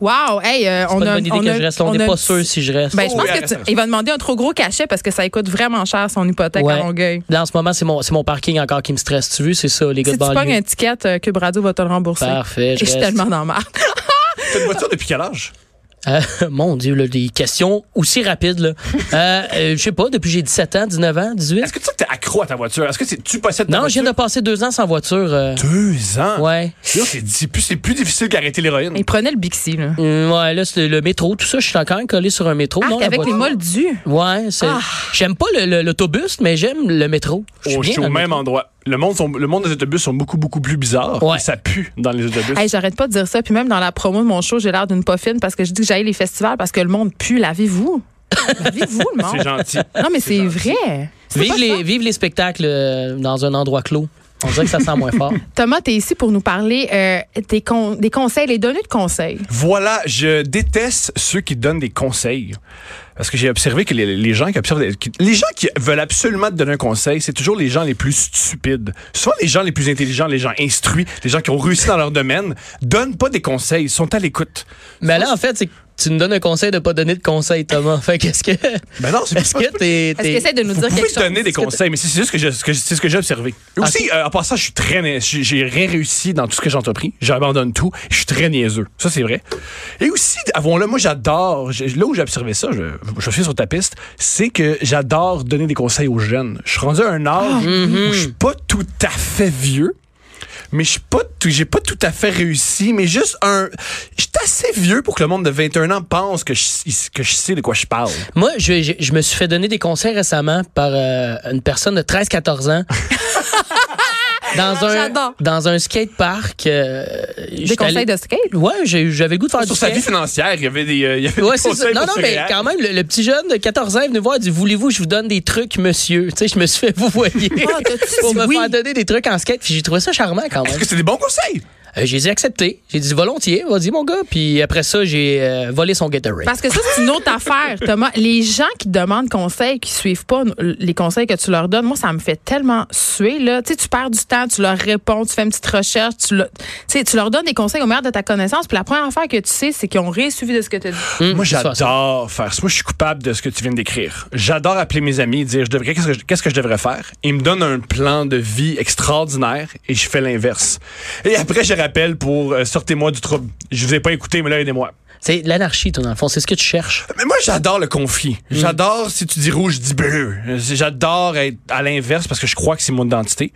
Wow! Hey, euh, C'est on pas a une bonne idée on que a- je reste. On on n'est a- pas sûr si je reste. Ben, je Oh, pense oui, que elle tu- reste. il va demander un trop gros cachet parce que ça coûte vraiment cher son hypothèque à Ouais. Longueuil. Là, en ce moment, c'est mon, c'est mon parking encore qui me stresse. Tu veux, c'est ça, les gars Si de tu pognes banlieue. un ticket, euh, Cube Radio va te le rembourser. Parfait, Et je je suis reste. tellement dans la merde. T'as une voiture depuis quel âge? Euh, mon Dieu, là, des questions aussi rapides. Là. Euh, euh, je sais pas, depuis j'ai 17 ans, 19 ans, 18. Est-ce que tu sais que t'es accro à ta voiture? Est-ce que c'est- tu possèdes ta Non, je voiture? viens de passer deux ans sans voiture. euh, Deux ans? ouais. Là, c'est di- plus, c'est plus difficile qu'arrêter l'héroïne. Il prenait le Bixi, là. Hum, ouais, là, c'est le, le métro, tout ça, je suis encore collé sur un métro. Arc Oh, non, la avec Ah, les molles voiture. dues. Ouais, c'est. Ah. J'aime pas le- le- l'autobus, mais j'aime le métro. Je suis Oh, je bien suis dans au le même endroit. Le monde, sont- le monde des autobus sont beaucoup, beaucoup plus bizarres. Ouais. Et ça pue dans les autobus. Hey, j'arrête pas de dire ça. Puis même dans la promo de mon show, j'ai l'air d'une poffine parce que je dis que j'aille les festivals parce que le monde pue. Lavez-vous. Lavez-vous, le c'est monde. gentil. Non, mais c'est vrai. C'est Vive pas ça. les, vive les spectacles euh, dans un endroit clos. On dirait que ça sent moins fort. Thomas, t'es ici pour nous parler euh, des, con- des conseils, les données de conseils. Voilà, je déteste ceux qui donnent des conseils. Parce que j'ai observé que les, les gens qui observent, des- qui- les gens qui veulent absolument te donner un conseil, c'est toujours les gens les plus stupides. Souvent les gens les plus intelligents, les gens instruits, les gens qui ont réussi dans leur domaine, donnent pas des conseils, ils sont à l'écoute. mais là, en fait, c'est que tu nous donnes un conseil de pas donner de conseils, Thomas. Fait qu'est-ce que. Ben non, c'est Est-ce pas- que t'es. Est-ce qu'il t'es- essaie de nous Vous dire pouvez quelque chose? donner des Est-ce que conseils, mais c'est c'est juste que je- ce que je- c'est ce que j'ai observé. Et Aussi, euh, en passant, je suis très, na- j'ai j'ai rien réussi dans tout ce que j'ai entrepris. J'abandonne tout. Je suis très niaiseux. Ça, c'est vrai. Et aussi, avouons-le, moi, j'adore, j'ai- là où j'ai observé ça, je, je suis sur ta piste, c'est que j'adore donner des conseils aux jeunes. Je suis rendu à un Ah, âge mm-hmm. où je suis pas tout à fait vieux. Mais je suis pas tout- j'ai pas tout à fait réussi, mais juste un. J'étais assez vieux pour que le monde de 21 ans pense que je, que je sais de quoi je parle. Moi, je, je- je me suis fait donner des conseils récemment par euh, une personne de 13-14 ans. dans un J'adore. dans un skatepark. euh, Des j'étais conseils allé- de skate? Ouais, j'ai- j'avais le goût de faire du Sur sa skate. vie financière, il y avait des, euh, il y avait Ouais, des c'est ça. conseils Non, pour non, se mais réaliser. quand même, le, le petit jeune de 14 ans est venu voir, il dit Voulez-vous, je vous donne des trucs, monsieur. Tu sais, je me suis fait vous voyez. Ah, t'as-tu pour dit me oui? faire donner des trucs en skate. Puis j'ai trouvé ça charmant quand Est-ce même. que c'est des bons conseils? Euh, j'ai dit accepté. J'ai dit volontiers, vas-y mon gars. Puis après ça, j'ai euh, volé son Gatorade. Parce que ça, c'est une autre affaire, Thomas. Les gens qui demandent conseils, qui suivent pas n- les conseils que tu leur donnes, moi, ça me fait tellement suer. Là. Tu sais, tu perds du temps, tu leur réponds, tu fais une petite recherche, tu, le- tu sais, tu leur donnes des conseils au meilleur de ta connaissance. Puis la première affaire que tu sais, c'est qu'ils ont rien suivi de ce que tu as dit. Hum, Moi, ça, ça. j'adore faire ça. Moi, je suis coupable de ce que tu viens de décrire. J'adore appeler mes amis et dire je devrais- qu'est-ce que je- qu'est-ce que je devrais faire. Ils me donnent un plan de vie extraordinaire et je fais l'inverse. Et après, je rappelle pour euh, sortez-moi du trouble. Je vous ai pas écouté, mais là, aidez-moi. C'est de l'anarchie, toi, dans le fond. C'est ce que tu cherches. Mais moi, j'adore le conflit. Hum. J'adore si tu dis rouge, je dis bleu. Euh, J'adore être à l'inverse parce que je crois que c'est mon identité.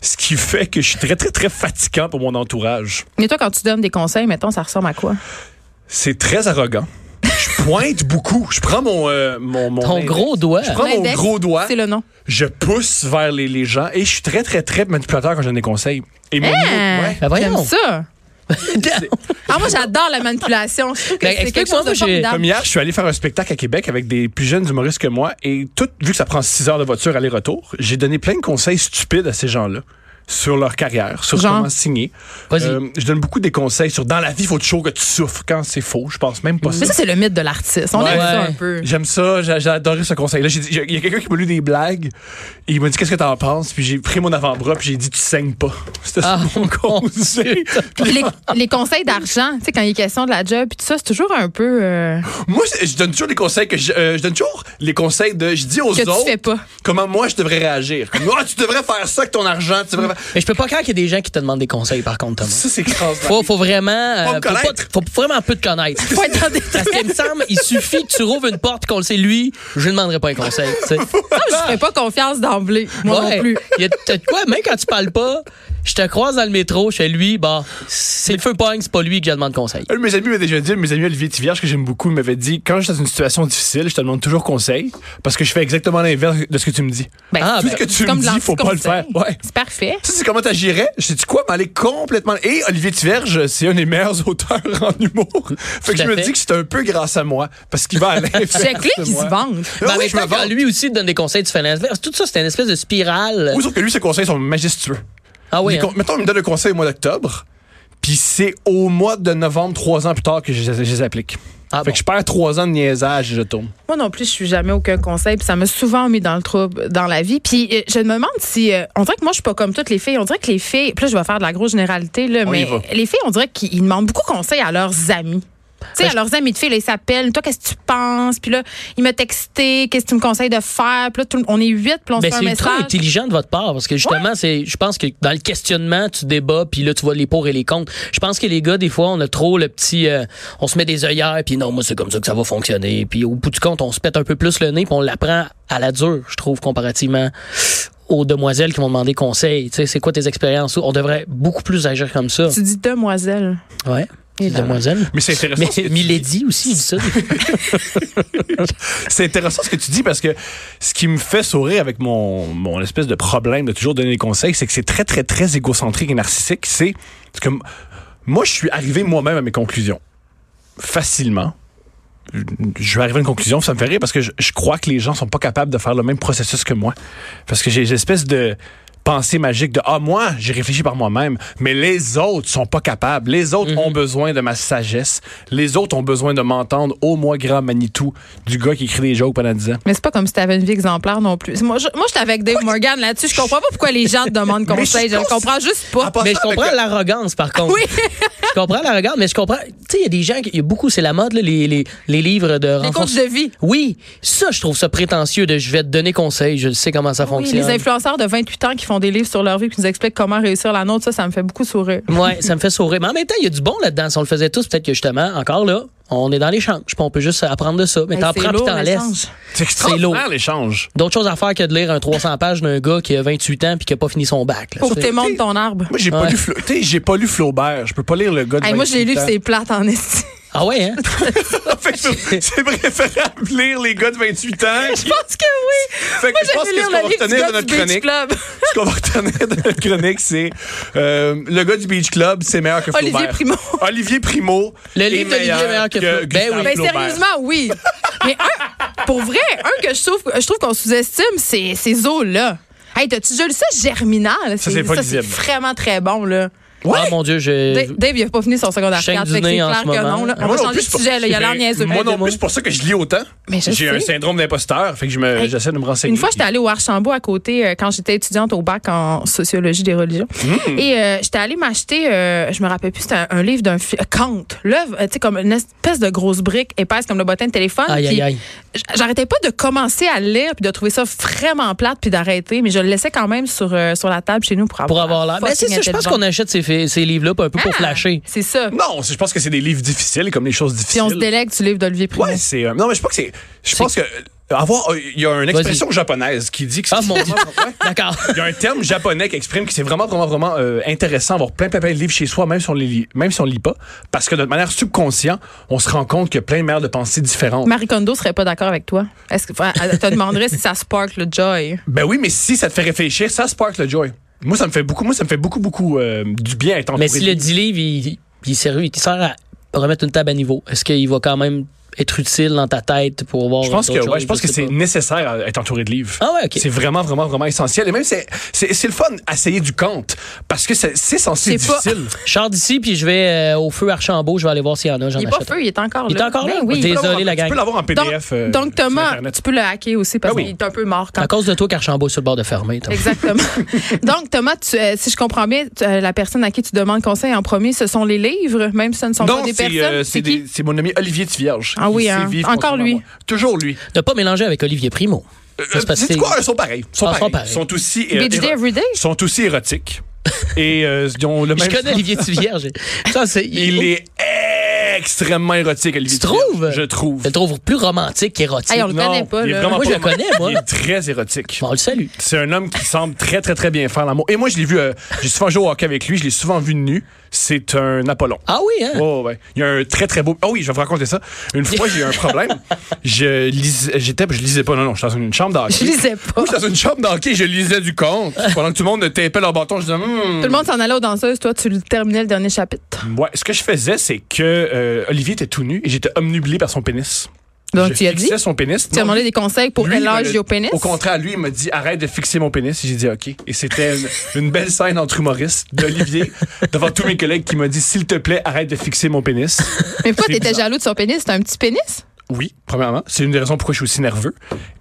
Ce qui fait que je suis très, très, très fatigant pour mon entourage. Mais toi, quand tu donnes des conseils, mettons, ça ressemble à quoi? C'est très arrogant. Je pointe beaucoup. Je prends mon, euh, mon, mon Ton index. gros doigt. Je prends mon L'index, gros doigt. C'est le nom. Je pousse vers les, les gens et je suis très très très manipulateur quand je donne des conseils. Et mon niveau- ouais. Ben J'aime voyons. ça. Ah, moi, j'adore la manipulation. Je trouve que Ben, c'est quelque explique-moi, chose de moi, j'ai- formidable. Comme hier, je suis allé faire un spectacle à Québec avec des plus jeunes humoristes que moi et tout vu que ça prend 6 heures de voiture aller-retour, j'ai donné plein de conseils stupides à ces gens-là sur leur carrière, sur Genre? comment signer. Vas-y. Euh, je donne beaucoup des conseils sur dans la vie, il faut toujours que tu souffres quand c'est faux. Je pense même pas Mm. ça. Mais ça, c'est le mythe de l'artiste. On Ouais. aime ça un Ouais. peu. J'aime ça, j'a- j'ai adoré ce conseil. Là, j'ai dit- il y a quelqu'un qui m'a lu des blagues. et il m'a dit qu'est-ce que t'en penses, puis j'ai pris mon avant-bras, puis j'ai dit tu saignes pas. C'était ça Ah, mon mon conseil. Puis les, les conseils d'argent, tu sais, quand il est question de la job, puis tout ça, c'est toujours un peu euh, moi, c'est- je donne toujours des conseils que je, euh, je donne toujours les conseils de je dis aux que tu autres fais pas. comment moi je devrais réagir. Comme, Ah, tu devrais faire ça avec ton argent, tu devrais faire- Mais je peux pas croire qu'il y a des gens qui te demandent des conseils, par contre, Thomas. ça c'est extraordinaire. Faut, faut vraiment. euh, Faut me faut, pas- connaître. faut vraiment peu te connaître. Faut être dans des Parce qu'il me semble, il suffit que tu rouvres une porte, qu'on le sait, lui, je ne demanderai pas un conseil. tu sais. Non, je ferais pas confiance d'emblée, moi Ouais. non plus. Il y a t'as de quoi, même quand tu parles pas, je te croise dans le métro, chez lui, bah, c'est le feu pogne, c'est pas lui que je demande conseil. Un de mes amis m'a déjà dit, mes amis Olivier Tivierge, que j'aime beaucoup, il m'avait dit quand je suis dans une situation difficile, je te demande toujours conseil parce que je fais exactement l'inverse de ce que tu me dis. Ben, Ah, Tout ben, ce que tu comme me de dis, faut pas le faire. l'anti-conseil. Ouais. C'est parfait. Tu sais, c'est comment t'agirais? J'ai dit quoi? M'aller complètement. Et Olivier Tiverge, c'est un des meilleurs auteurs en humour. fait que à je me fait. dis que c'est un peu grâce à moi. Parce qu'il va à l'inverse. Check-les de qu'ils se moi. vendent. Non, Mais en Ben oui, même je me temps, quand vends. Ben lui aussi te donne des conseils, tu fais l'inverse. Tout ça, c'est une espèce de spirale. Oui, sauf que lui, ses conseils sont majestueux. Ah oui. Les hein. con- Mettons, il me donne un conseil au mois d'octobre. Puis c'est au mois de novembre, trois ans plus tard, que je, je les applique. Ah fait bon. que je perds trois ans de niaisage et je tourne. Moi non plus, je suis jamais aucun conseil, puis ça m'a souvent mis dans le trouble dans la vie. Puis euh, je me demande si euh, on dirait que moi je suis pas comme toutes les filles. On dirait que les filles, puis là je vais faire de la grosse généralité là, On y mais va. les filles, on dirait qu'ils demandent beaucoup conseil à leurs amis. Tu sais, Ben, à leurs amis de filles, là, ils s'appellent. Toi, qu'est-ce que tu penses? Puis là, il m'a texté. Qu'est-ce que tu me conseilles de faire? Puis là, tout le- on est huit, puis on se Ben, fait un c'est ultra message. intelligent de votre part parce que justement, c'est, je pense que dans le questionnement, tu débats puis là, tu vois les pour et les contre. Je pense que les gars, des fois, on a trop le petit, euh, on se met des œillères puis non, moi c'est comme ça que ça va fonctionner. Puis au bout du compte, on se pète un peu plus le nez puis on l'apprend à la dure, je trouve, comparativement aux demoiselles qui vont demander conseil. Tu sais, c'est quoi tes expériences On devrait beaucoup plus agir comme ça. Tu dis demoiselle. Ouais. Et Les là, là. demoiselles. Mais c'est intéressant. Mais ce que tu dis. Milady aussi, il dit ça. des fois. C'est intéressant ce que tu dis parce que ce qui me fait sourire avec mon, mon espèce de problème de toujours donner des conseils, c'est que c'est très, très, très égocentrique et narcissique. C'est parce que m- moi, je suis arrivé moi-même à mes conclusions. Facilement. Je vais arriver à une conclusion, ça me fait rire parce que je, je crois que les gens sont pas capables de faire le même processus que moi. Parce que j'ai une espèce de pensée magique de Ah, moi, j'ai réfléchi par moi-même, mais les autres sont pas capables. Les Mhm. autres ont besoin de ma sagesse. Les autres ont besoin de m'entendre, au moi, grand Manitou, du gars qui écrit des jokes pendant 10 ans. Mais c'est pas comme si t'avais une vie exemplaire non plus. Moi, je, moi, j'étais avec Dave Morgan là-dessus. Je comprends pas pourquoi les gens te demandent Mais je conseil. Je le pense- comprends juste pas. Ah Ah, pas- mais je comprends l'arrogance, par contre. Oui. je comprends l'arrogance, mais je comprends. Tu sais, il y a des gens, qui- il y a beaucoup, c'est la mode, là, les, les, les livres de Les renforce- coachs de vie. Oui, ça, je trouve ça prétentieux de je vais te donner conseil, je sais comment ça Ah Oui, fonctionne. les influenceurs de 28 ans qui font des livres sur leur vie qui nous expliquent comment réussir la nôtre, ça, ça me fait beaucoup sourire. Ouais, ça me fait sourire. Mais en même temps, il y a du bon là-dedans. Si on le faisait tous, peut-être que justement, encore là, on est dans l'échange. Puis On peut juste apprendre de ça. Mais Hey, t'en c'est prends puis lourd, t'en laisses. l'échange. C'est lourd. extraordinaire l'échange. D'autres choses à faire que de lire un 300 pages d'un gars qui a 28 ans puis qui a pas fini son bac. là, Pour tu sais. tes montres, ton arbre. Moi, j'ai pas Ouais. lu Flau- tu sais, j'ai pas lu Flaubert. Je peux pas lire le gars de Hey, moi, je l'ai lu, 28 ans. c'est plate en esti. Ah ouais, hein? Fait que c'est préférable lire les gars de 28 ans. Je pense que oui. Fait que Moi, je j'avais pense que ce lu qu'on le va livre du retenir gars de du notre Beach chronique, Club. ce qu'on va retenir de notre chronique, c'est euh, le gars du Beach Club, c'est meilleur que Flaubert. Olivier Primo. Olivier Primo. Le est livre d'Olivier est meilleur que Flaubert. Ben Gustave oui. Ben, Flaubert. sérieusement, oui. Mais un, pour vrai, un que je trouve, je trouve qu'on sous-estime, c'est ces eaux-là. Hey, t'as-tu déjà lu ça? Germinal. c'est pas lisible. vraiment très bon, là. Ah mon Dieu, Dave, je. Dave, il a pas fini son secondaire Je saigne 4, du fait que c'est nez en clair ce que moment. non. là. On Ah, Moi va non changer plus, de c'est pour- sujet, là. Il y a l'air mais niaiseux. Moi non Aidez-moi. plus, c'est pour ça que je lis autant. Mais je J'ai sais. un syndrome d'imposteur, fait que je me- Hey. j'essaie de me renseigner. Une fois, j'étais allée au Archambault à côté euh, quand j'étais étudiante au bac en sociologie des religions. Hmm. Et euh, j'étais allée m'acheter, euh, je me rappelle plus, c'était un, un livre d'un fi- Kant. L'œuvre, euh, tu sais, comme une espèce de grosse brique épaisse comme le bottin de téléphone. Aïe, Puis aïe, aïe. j- J'arrêtais pas de commencer à le lire puis de trouver ça vraiment plate puis d'arrêter, mais je le laissais quand même sur, euh, sur la table chez nous pour avoir, Ah! Pour avoir l'air. Mais c'est ça, je pense qu'on achète ces, fi- ces livres-là puis un peu pour flasher. C'est ça. Non, c'est- je pense que c'est des livres difficiles, comme les choses Puis difficiles. on se délègue du livre d'Olivier Primo. Ouais, c'est. euh, non, mais je pense que c'est. Je pense que. euh, Avoir. euh, Il y a une expression japonaise qui dit que c'est. Ah mon Dieu. D'accord. Il y a un terme japonais qui exprime que c'est vraiment, vraiment, vraiment euh, intéressant d'avoir plein, plein, plein de livres chez soi, même si on les lit, même si on lit pas, parce que de manière subconsciente, on se rend compte qu'il y a plein de manières de pensée différentes. Marie Kondo serait pas d'accord avec toi. Est-ce que enfin, elle te demanderait si ça spark le joy? Ben oui, mais si ça te fait réfléchir, ça spark le joy. Moi, ça me fait beaucoup, moi, ça me fait beaucoup, beaucoup euh, du bien être Mais entouré si de- le 10 livres, il, il sert, il sert à remettre une table à niveau, est-ce qu'il va quand même être utile dans ta tête pour voir Je pense que, d'autres ouais, choses? je pense que sais c'est pas. nécessaire à être entouré de livres. Ah ouais, ok. C'est vraiment, vraiment, vraiment essentiel. Et même, c'est, c'est, c'est le fun d'essayer du Kant, parce que c'est, c'est censé être C'est pas- difficile. Je sors d'ici, puis je vais euh, au feu Archambault, je vais aller voir s'il y en a. J'en Il est pas achète. feu, il est encore Il là. est encore Ben là? oui. Désolé, Tu peux l'avoir en- la gang. Tu peux l'avoir en Donc, PDF. euh, donc, sur Thomas, Internet. tu peux le hacker aussi parce Ah oui. qu'il est un peu mort quand À cause de toi qu'Archambault est sur le bord de fermer. Thomas. Exactement. Donc, Thomas, tu, euh, si je comprends bien, tu, euh, la personne à qui tu demandes conseil en premier, ce sont les livres, même si ce ne sont Non, pas des c'est, personnes. euh, c'est c'est qui? des- c'est mon ami Olivier Tivierge. Ah qui oui, sait hein. vivre Encore lui. contrairement à moi. Toujours lui. Ne pas mélanger avec Olivier Primo. Ça se passe- C'est quoi? Ils sont pareils. Ils sont, Ah, ils sont pareils. pareils. Ils sont aussi. euh, BGD éro- Everyday? Ils sont aussi érotiques. Et euh, ils ont le Je même. connais Olivier Tivierge. Ça, c'est. Il est extrêmement érotique, Olivier. Tu trouves? Je trouve. Je le trouve plus romantique qu'érotique. Hey, on le Non, connaît pas, il est là. vraiment Moi, pas je le connais, moi. Il est très érotique. Bon, on le salue. C'est un homme qui semble très, très, très bien faire l'amour. Et moi, je l'ai vu. euh, J'ai souvent joué au hockey avec lui. Je l'ai souvent vu nu. C'est un Apollon. Ah oui, hein? Oh, ouais. Il y a un très, très beau. Ah oui, je vais vous raconter ça. Une fois, j'ai eu un problème. Je lisais, j'étais, je lisais pas. Non, non, j'étais dans une chambre d'hockey. Je lisais pas. Moi, j'étais dans une chambre d'hockey, je lisais du conte. Pendant que tout le monde tapait leur bâton, je disais, Hmm. Tout le monde s'en allait aux danseuses, toi, tu le terminais le dernier chapitre. Ouais, ce que je faisais, c'est que euh, Olivier était tout nu et j'étais omnubilé par son pénis. Donc, je tu as dit? fixais son pénis. Tu as Non, demandé des conseils pour lui, il m'a- élargir your pénis? Au contraire, lui, il m'a dit arrête de fixer mon pénis. J'ai dit OK. Et c'était une, une belle scène entre humoristes d'Olivier devant tous mes collègues qui m'a dit s'il te plaît, arrête de fixer mon pénis. Mais pourquoi C'est t'étais bizarre. jaloux de son pénis? C'est un petit pénis? Oui, premièrement. C'est une des raisons pourquoi je suis aussi nerveux.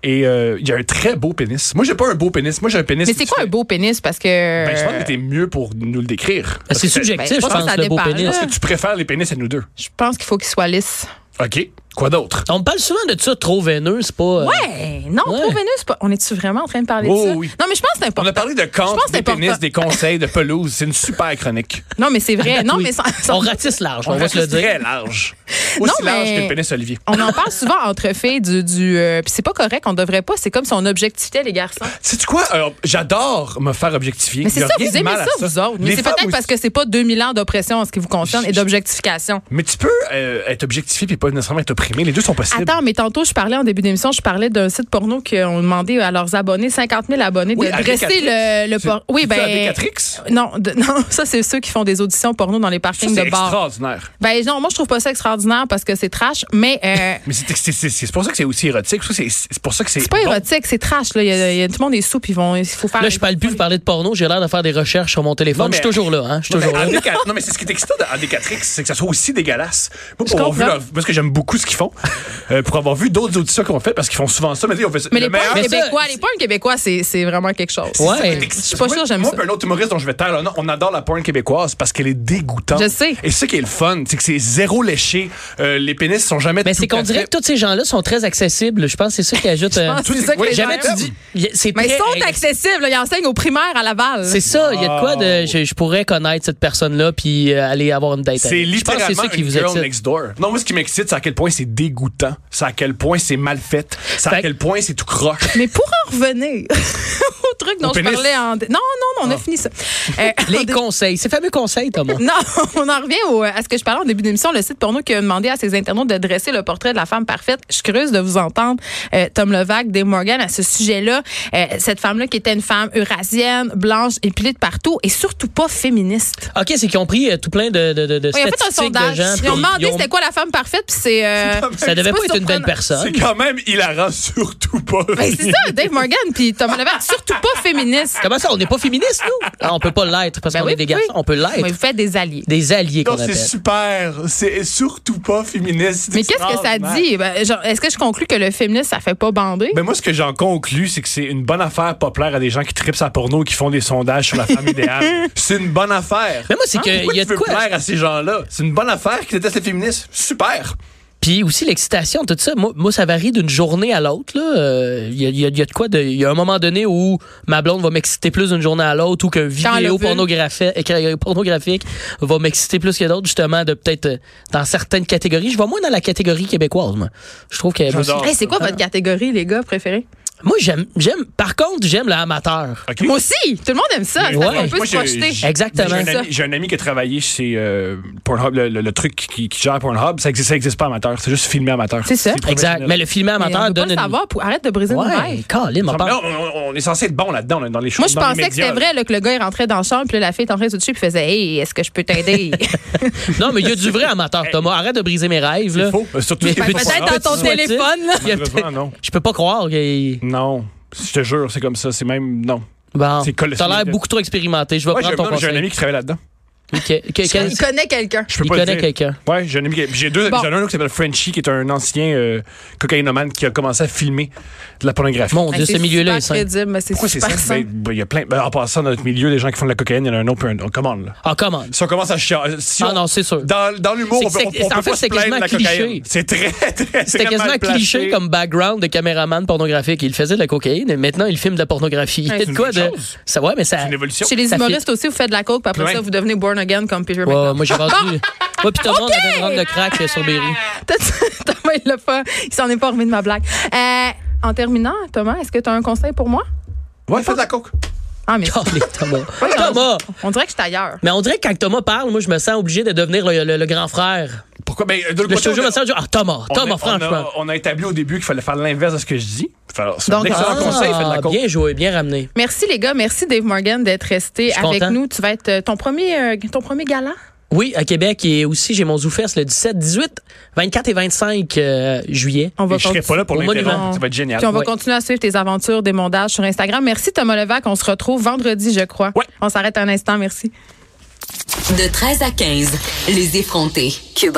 Et euh, il y a un très beau pénis. Moi, j'ai pas un beau pénis. Moi, j'ai un pénis. Mais c'est qui quoi fait- un beau pénis? Parce que. Ben, je pense que t'es mieux pour nous le décrire. Ben, c'est ben, subjectif, je je pense que pense, ça le beau dépend, pénis. là. Tu préfères les pénis à nous deux. Je pense qu'il faut qu'il soit lisse. OK. Quoi d'autre? On parle souvent de ça, trop veineux, c'est pas... euh, Ouais! Non, Ouais. trop veineux, c'est pas. On est-tu vraiment en train de parler Oh, de ça? oui. Non, mais je pense que c'est On important. a parlé de camp, Je pense que c'est des pénis, important. des conseils, de pelouse. C'est une super chronique. Non, mais c'est vrai. non, oui. mais sans- On sans- ratisse large, on, va reste se le très dire. large. Aussi Non, large mais- que le pénis Olivier. on en parle souvent entre filles du. du euh, Puis c'est pas correct, on devrait pas. C'est comme si on objectifiait les garçons. Sais-tu quoi? Euh, J'adore me faire objectifier. Mais Il c'est y a ça, rien vous de aimez mal à ça, vous autres. Les Mais c'est femmes peut-être aussi. parce que c'est pas 2000 ans d'oppression en ce qui vous concerne et Je- d'objectification. Mais tu peux euh, être objectifié et pas nécessairement être opprimé. Les deux sont possibles. Attends, mais tantôt, je parlais en début d'émission, je parlais d'un site porno qui ont demandé à leurs abonnés, 50 000 abonnés, de Oui, avec dresser Atrix. le, le C'est- porno. Oui, c'est-tu avec ben. Atrix? Non, de- non, ça, c'est ceux qui font des auditions porno dans les Ça, parkings c'est de bars. extraordinaire. Ben non, moi, je trouve pas ça extraordinaire parce que c'est trash, mais. euh, Mais c'est- c'est c'est- c'est pour ça que c'est aussi érotique. Ça, c'est- C'est pour ça que c'est. c'est pas bon. érotique, c'est trash. Là. Il y a, il y a- tout le monde est sous, puis ils vont- il faut faire. Là, je parle plus, vous parlez de porno, j'ai l'air de faire des recherches sur mon téléphone. Non, mais- Je suis toujours là, hein? Je suis Non, mais toujours là. Andica- non, mais c'est ce qui est excitant dans Andicatrix, c'est que ça soit aussi dégueulasse. Moi, Je pour avoir vu comprends. leur- parce que j'aime beaucoup ce qu'ils font, euh, pour avoir vu d'autres auditions qu'on fait, parce qu'ils font souvent ça, mais tu sais, on fait ça- Mais le les points meilleur- Mais ça, québécois, c'est- les points québécois, c'est c'est vraiment quelque chose. Ouais. C'est- Je suis pas Moi- sûre, j'aime Moi, ça. puis un autre humoriste dont je vais taire le nom, on adore la porn québécoise parce qu'elle est dégoûtante. Je sais. Et c'est ça qui est le fun, c'est que c'est zéro léché. Euh, les pénis sont jamais. Mais tout c'est à qu'on fait- dirait que tous ces gens-là sont très accessibles. Je pense que c'est ça qui ajoute. euh, pense que tout Ah, c'est est- ça que oui, les gens Jamais tu aiment. dis. y a- C'est Mais ils très- sont accessibles. là. Ils enseignent aux primaires à Laval. C'est ça, il y a de quoi de. Je, je pourrais connaître cette personne-là puis euh, aller avoir une date. C'est avec. Je pense que littéralement c'est ça qui une vous girl excite. next door. Non, moi, ce qui m'excite, c'est à quel point c'est dégoûtant. C'est à quel point c'est mal fait. C'est à Fait- quel point c'est tout croche. Mais pour en revenir au truc dont Au je pénis? parlais en. dé- Non, non, non, on a fini ça. Euh, Ah. Les conseils, ces fameux conseils, Thomas. Non, on en revient au- euh, à ce que je parlais en début d'émission, le site porno qui a demandé à ses internautes de dresser le portrait de la femme parfaite. Je suis curieuse de vous entendre, euh, Tom Levac, Dave Morgan, à ce sujet-là. Euh, cette femme-là qui était une femme eurasienne, blanche, épilée de partout et surtout pas féministe. OK, c'est qu'ils ont pris euh, tout plein de, de, de, de Oui, ils ont fait un statistiques de sondage. gens. ils ont puis demandé ils ont- c'était quoi la femme parfaite, puis c'est... euh, Ça devait c'est pas, être une belle surprenant. personne. C'est quand même hilarant, surtout pas. Ben, c'est ça, Dave Morgan, puis Tom Levac, surtout pas féministe. Comment ça, on n'est pas féministe, nous? Ah, on peut pas l'être parce Ben qu'on oui, est des garçons. oui. On peut l'être. Mais vous faites des alliés. Des alliés qu'on Non, appelle. c'est super. C'est surtout pas féministe. C'est Mais qu'est-ce que ça extraordinaire. dit? Ben, genre, Est-ce que je conclus que le féministe, ça fait pas bander? Ben moi, ce que j'en conclus, c'est que c'est une bonne affaire pas plaire à des gens qui tripent sa porno et qui font des sondages sur la femme idéale. C'est une bonne affaire. Mais moi, c'est que Pourquoi il y a tu de veux quoi. plaire à ces gens-là? C'est une bonne affaire qui détestent les féministes. Super. Puis aussi l'excitation, tout ça. Moi, moi, ça varie d'une journée à l'autre. là. Euh, Il y, a- il y a il y a de quoi de. Il y a un moment donné où ma blonde va m'exciter plus d'une journée à l'autre ou qu'un Quand vidéo le veut. pornographi- euh, pornographique va m'exciter plus que d'autres, justement, de peut-être euh, dans certaines catégories. Je vais moins dans la catégorie québécoise, moi. Je trouve que. J'adore. Hey, c'est quoi euh, votre catégorie, les gars, préférée? Moi, j'aime. j'aime. Par contre, j'aime l'amateur. OK? Moi aussi! Tout le monde aime ça. Mais ça ouais. fait qu'on peut Moi, se j'ai- projeter. j'ai- Exactement. J'ai un, Ça. ami- j'ai un ami qui a travaillé chez euh, Pornhub, le, le- le truc qui, qui gère Pornhub. Ça existe, ça existe pas amateur. C'est juste filmé amateur. C'est ça. Exact. Mais le filmé Mais on peut amateur pas donne le une. savoir. pour- Arrête de briser nos Ouais, rêves. Colin, on Ça me- parle- là, on, on est censé être bon là-dedans, là, dans les Moi, choses. je dans les pensais que médias, c'était là. vrai là, que le gars est rentré dans le champ, puis là, la fille est en train de se dessus, puis faisait Hey, est-ce que je peux t'aider? Ben, Non, mais il y a du vrai amateur, Thomas. Arrête de briser mes rêves. Là. C'est faux. Euh, Surtout Mais ce qui est peut-être Pornhub. Peut-être dans ton Soit-il. téléphone. là. Il y a Malheureusement, peut-être- non. Je peux pas croire qu'il. Non. Je te jure, c'est comme ça. C'est même. Non. Bon, C'est colossal. t'as l'air beaucoup trop expérimenté. Je vais Ouais, j'ai prendre ton non, j'ai conseil. un ami qui travaille là-dedans. Ok, ok, quel- Il connaît quelqu'un. Je peux Il pas le connaît dire. quelqu'un. Ouais, j'ai un ami qui- J'ai deux. Bon. J'en ai un autre qui s'appelle Frenchy, qui est un ancien euh, cocaïnomane qui a commencé à filmer de la pornographie. Mon Ben, Dieu, ce c'est milieu-là est super simple. crédible, mais c'est Pourquoi c'est ça? super Ben, simple. ben, Il y a plein. ben, en passant dans notre milieu, les gens qui font de la cocaïne, il y en a un autre, puis un autre. Commande, là. Ah, comment? Si on commence à chialer. Si Ah on- non, c'est sûr. Dans, dans l'humour, C'est- on peut, on, c'est- on en peut fait, pas se c'est plaindre de la quasiment cliché. cocaïne. C'est très, très, C'était très quasiment mal placé. cliché comme background de caméraman pornographique. Il faisait de la cocaïne et maintenant il filme de la pornographie. Il y a Ouais, de c'est quoi une de. chose. Ça, ouais, mais ça. C'est une évolution. Chez les Ça humoristes aussi, vous faites de la coke, puis après Plein. ça, vous devenez born again comme Peter Ouais, McDonald. moi j'ai vendu. Moi, puis Thomas, on avait une rente de crack euh, sur Berry. Thomas, il l'a pas. Il s'en est pas remis de ma blague. Euh, en terminant, Thomas, est-ce que tu as un conseil pour moi? Ouais, fais de la coke. Ah, mais Oh, les Thomas. Thomas! on dirait que je suis ailleurs. Mais on dirait que quand Thomas parle, moi, je me sens obligé de devenir le, le- le grand frère. Pourquoi? Ben, de l'autre Là, je côté, suis toujours me on a- sens. Ah, Thomas, on a- Thomas, on a- franchement. On a établi au début qu'il fallait faire l'inverse de ce que je dis. Faire- C'est un Donc, excellent ah, conseil, fais de la coke. bien joué, bien ramené. Merci les gars, merci Dave Morgan d'être resté Je suis avec content. nous. Tu vas être euh, ton premier euh, ton premier gala. Oui, à Québec. Et aussi, j'ai mon ZooFest le 17, 18, 24 et 25 euh, juillet. On Et je serai continuer- pas là pour Au mois l'interrompre. d'hiver. Ça va être génial. Puis on va Ouais. continuer à suivre tes aventures des mondages sur Instagram. Merci Thomas Levac. On se retrouve vendredi, je crois. Ouais. On s'arrête un instant. Merci. De 13 à 15, les effrontés. Cube